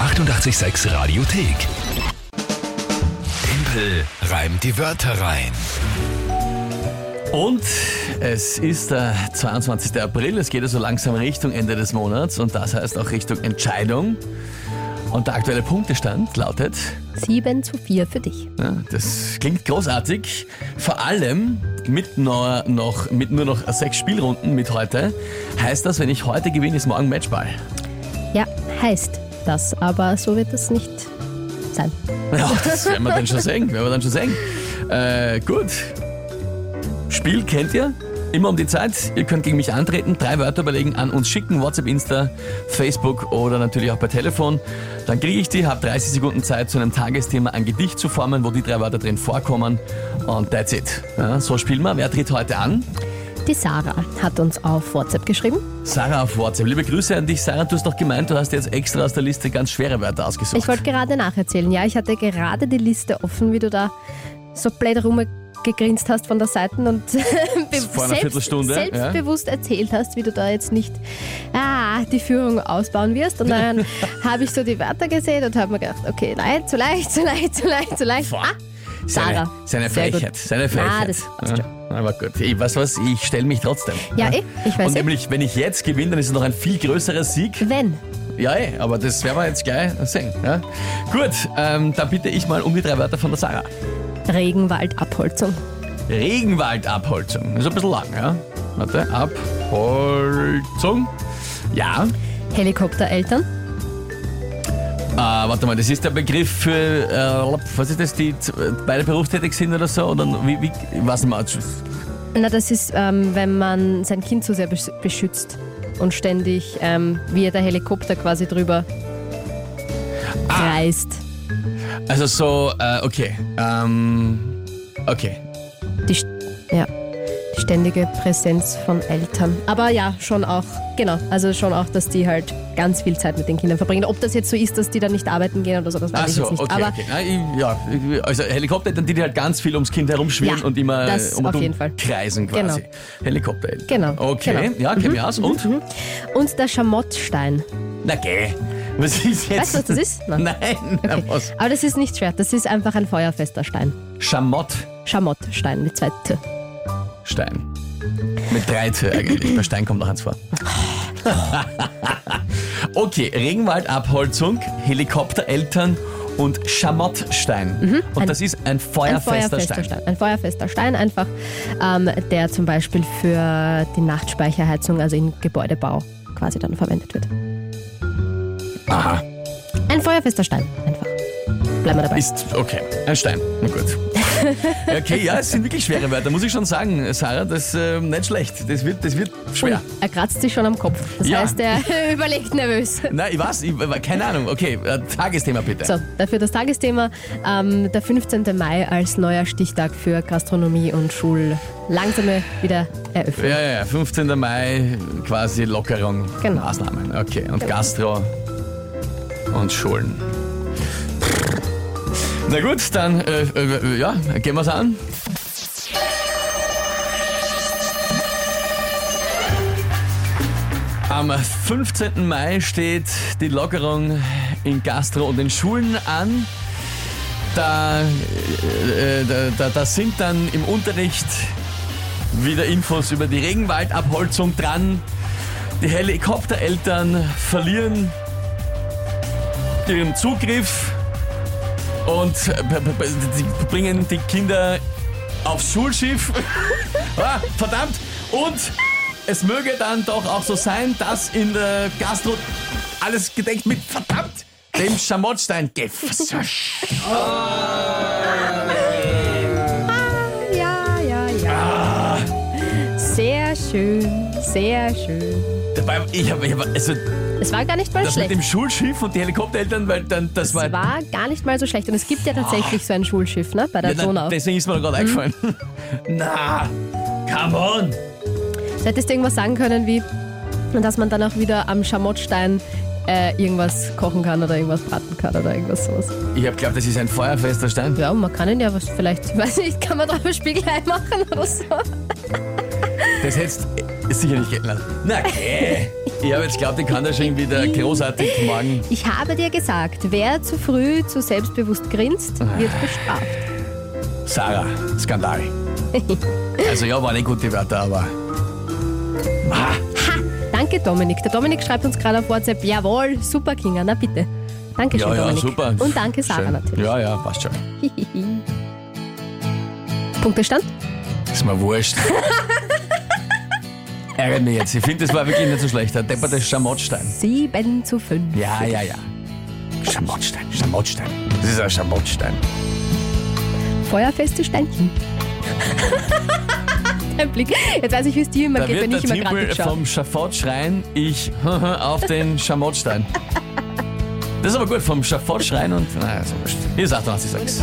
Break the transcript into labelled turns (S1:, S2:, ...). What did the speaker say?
S1: 886 Radiothek. Tempel reimt die Wörter rein.
S2: Und es ist der 22. April, es geht ja so langsam Richtung Ende des Monats und das heißt auch Richtung Entscheidung. Und der aktuelle Punktestand lautet,
S3: 7 zu 4 für dich.
S2: ja, das klingt großartig, vor allem mit nur, noch, mit nur noch sechs Spielrunden mit heute, heißt das, wenn ich heute gewinne, ist morgen Matchball.
S3: Ja, heißt das, aber so wird es nicht sein.
S2: Ja, das werden wir dann schon sehen. Werden wir dann schon sehen. Äh, gut. Spiel kennt ihr. Immer um die Zeit. Ihr könnt gegen mich antreten, drei Wörter überlegen, an uns schicken, WhatsApp, Insta, Facebook oder natürlich auch per Telefon. Dann kriege ich die, habe 30 Sekunden Zeit, zu einem Tagesthema ein Gedicht zu formen, wo die drei Wörter drin vorkommen. Und that's it. Ja, so spielen wir. Wer tritt heute an?
S3: Die Sarah hat uns auf WhatsApp geschrieben.
S2: Sarah auf WhatsApp. Liebe Grüße an dich, Sarah. Du hast doch gemeint, du hast jetzt extra aus der Liste ganz schwere Wörter ausgesucht.
S3: Ich wollte gerade nacherzählen. Ja, ich hatte gerade die Liste offen, wie du da so blöd rumgegrinst hast von der Seite und be-
S2: Vor einer Viertelstunde, ja.
S3: selbstbewusst erzählt hast, wie du da jetzt nicht ah, die Führung ausbauen wirst. Und dann habe ich so die Wörter gesehen und habe mir gedacht, okay, nein, zu leicht, zu leicht, zu leicht, zu leicht.
S2: Boah.
S3: Ah,
S2: Seine,
S3: Sarah.
S2: seine
S3: Sehr gut.
S2: Frechheit, seine Frechheit.
S3: Na, das passt schon.
S2: Ja, aber gut, ich, was was, ich stelle mich trotzdem.
S3: Ja, eh, ich weiß
S2: Und
S3: eh.
S2: nämlich, wenn ich jetzt gewinne, dann ist es noch ein viel größerer Sieg.
S3: Wenn.
S2: Ja, eh, aber das werden wir jetzt gleich sehen. Ja? Gut, ähm, dann bitte ich mal um die drei Wörter von der Sarah.
S3: Regenwaldabholzung.
S2: Regenwaldabholzung. Ist ein bisschen lang, ja? Warte, Abholzung. Ja,
S3: Helikoptereltern.
S2: äh, warte mal, das ist der Begriff für, äh, was ist das, die z- beide berufstätig sind oder so? Und dann, wie, wie, was mal,
S3: Na, das ist, ähm, wenn man sein Kind zu sehr besch beschützt und ständig ähm, wie der Helikopter quasi drüber
S2: Ah.
S3: kreist.
S2: Also so, äh, okay. Ähm, okay.
S3: Die, st- ja, die ständige Präsenz von Eltern. Aber ja, schon auch, genau, also schon auch, dass die halt ganz viel Zeit mit den Kindern verbringen. Ob das jetzt so ist, dass die dann nicht arbeiten gehen oder so, das weiß
S2: Ach
S3: ich
S2: so,
S3: jetzt nicht.
S2: okay,
S3: Aber
S2: okay. Nein, ich- ja, ich- also Helikoptereltern, die halt ganz viel ums Kind herumschwirren
S3: Ja,
S2: und immer
S3: das
S2: um und
S3: auf
S2: um
S3: jeden Fall.
S2: kreisen quasi. Helikoptereltern.
S3: Genau,
S2: Okay,
S3: genau.
S2: ja, käme mhm. aus. Und?
S3: und der Schamottstein.
S2: Na geh. Was ist jetzt?
S3: Weißt du, was das ist? Nein.
S2: Nein, na, was?
S3: Aber das ist nicht schwer, das ist einfach ein feuerfester Stein.
S2: Schamottstein.
S3: Schamottstein mit zwei T.
S2: Mit drei T eigentlich. Bei Stein kommt noch eins vor. okay, Regenwaldabholzung, Helikoptereltern und Schamottstein. Und
S3: Mhm. Ein-
S2: das ist ein
S3: Ein
S2: feuerfester
S3: feuerfester
S2: Stein.
S3: Stein. Ein feuerfester Stein einfach, ähm, der zum Beispiel für die Nachtspeicherheizung, also im Gebäudebau quasi dann verwendet wird.
S2: Aha.
S3: Ein feuerfester Stein einfach. Bleiben wir dabei.
S2: Ist okay. Ein Stein. Na gut. Okay, ja, es sind wirklich schwere Wörter, muss ich schon sagen, Sarah. Das ist ähm, nicht schlecht. Das wird, das wird schwer.
S3: er kratzt sich schon am Kopf. Das
S2: Ja.
S3: heißt, er überlegt nervös.
S2: Nein, ich weiß, ich, keine Ahnung. Okay, äh, Tagesthema bitte.
S3: So, dafür das Tagesthema. Ähm, der 15. Mai als neuer Stichtag für Gastronomie und Schul. Langsame Wiedereröffnung.
S2: Ja, ja, ja, 15. Mai, quasi Lockerung,
S3: Genau.
S2: Maßnahmen. Okay, und Gastro und Schulen. Na gut, dann äh, äh, ja, gehen wir's an. Am 15. Mai steht die Lockerung in Gastro und in Schulen an. Da, äh, da, da, da sind dann im Unterricht wieder Infos über die Regenwaldabholzung dran. Die Helikoptereltern verlieren ihren Zugriff und äh, b- b- b- die bringen die Kinder aufs Schulschiff. ah, verdammt! Und es möge dann doch auch so sein, dass in der Gastro alles gedeckt mit verdammt dem Schamottstein. Geh,
S3: Ja, ja, ja. Ah. Sehr schön, sehr schön.
S2: Dabei, ich hab, ich hab, also
S3: Es war gar nicht mal
S2: das mit
S3: schlecht.
S2: dem Schulschiff und die Helikoptereltern, weil dann das,
S3: Es war gar nicht mal so schlecht. Und es gibt ja tatsächlich so ein Schulschiff ne, bei der Mhm.
S2: Ja, na,
S3: Donau.
S2: deswegen ist mir gerade eingefallen. Na, come on!
S3: Du hättest irgendwas sagen können wie, dass man dann auch wieder am Schamottstein äh, irgendwas kochen kann oder irgendwas braten kann oder irgendwas sowas.
S2: Ich habe glaubt, das ist ein feuerfester Stein.
S3: Ja, und man kann ihn ja was vielleicht, weiß nicht, kann man drauf ein Spiegelei machen oder so.
S2: Das hättest Ist sicher nicht gelten lassen. Na, okay. ich habe jetzt glaubt, ich kann da schon wieder großartig morgen.
S3: Ich habe dir gesagt, wer zu früh zu selbstbewusst grinst, wird bestraft.
S2: Sarah, Skandal. Also, ja, waren eh gute Wörter, aber.
S3: Ah,
S2: Ma,
S3: Ha! Danke, Dominik. Der Dominik schreibt uns gerade auf WhatsApp, jawohl, super, Kinga, na bitte. Dankeschön,
S2: ja, ja,
S3: Dominik.
S2: super.
S3: Und danke, Sarah
S2: Schön.
S3: natürlich.
S2: Ja, ja, passt schon.
S3: Punktestand?
S2: Ist mir wurscht. Ärgert mich jetzt. Ich finde, das war wirklich nicht so schlecht. Der depperte Schamottstein.
S3: 7 zu 5.
S2: Ja, ja, ja. Schamottstein, Schamottstein. Das ist ein Schamottstein.
S3: Feuerfeste Steinchen. Dein Blick. Jetzt weiß ich, wie es dir immer
S2: Da
S3: geht,
S2: wird
S3: wenn
S2: der
S3: ich immer
S2: Timpel
S3: gerade schaue.
S2: vom Schafott schreien, ich auf den Schamottstein. Das ist aber gut, vom Schafott schreien und. Naja, ist ja wurscht. Hier ist 886.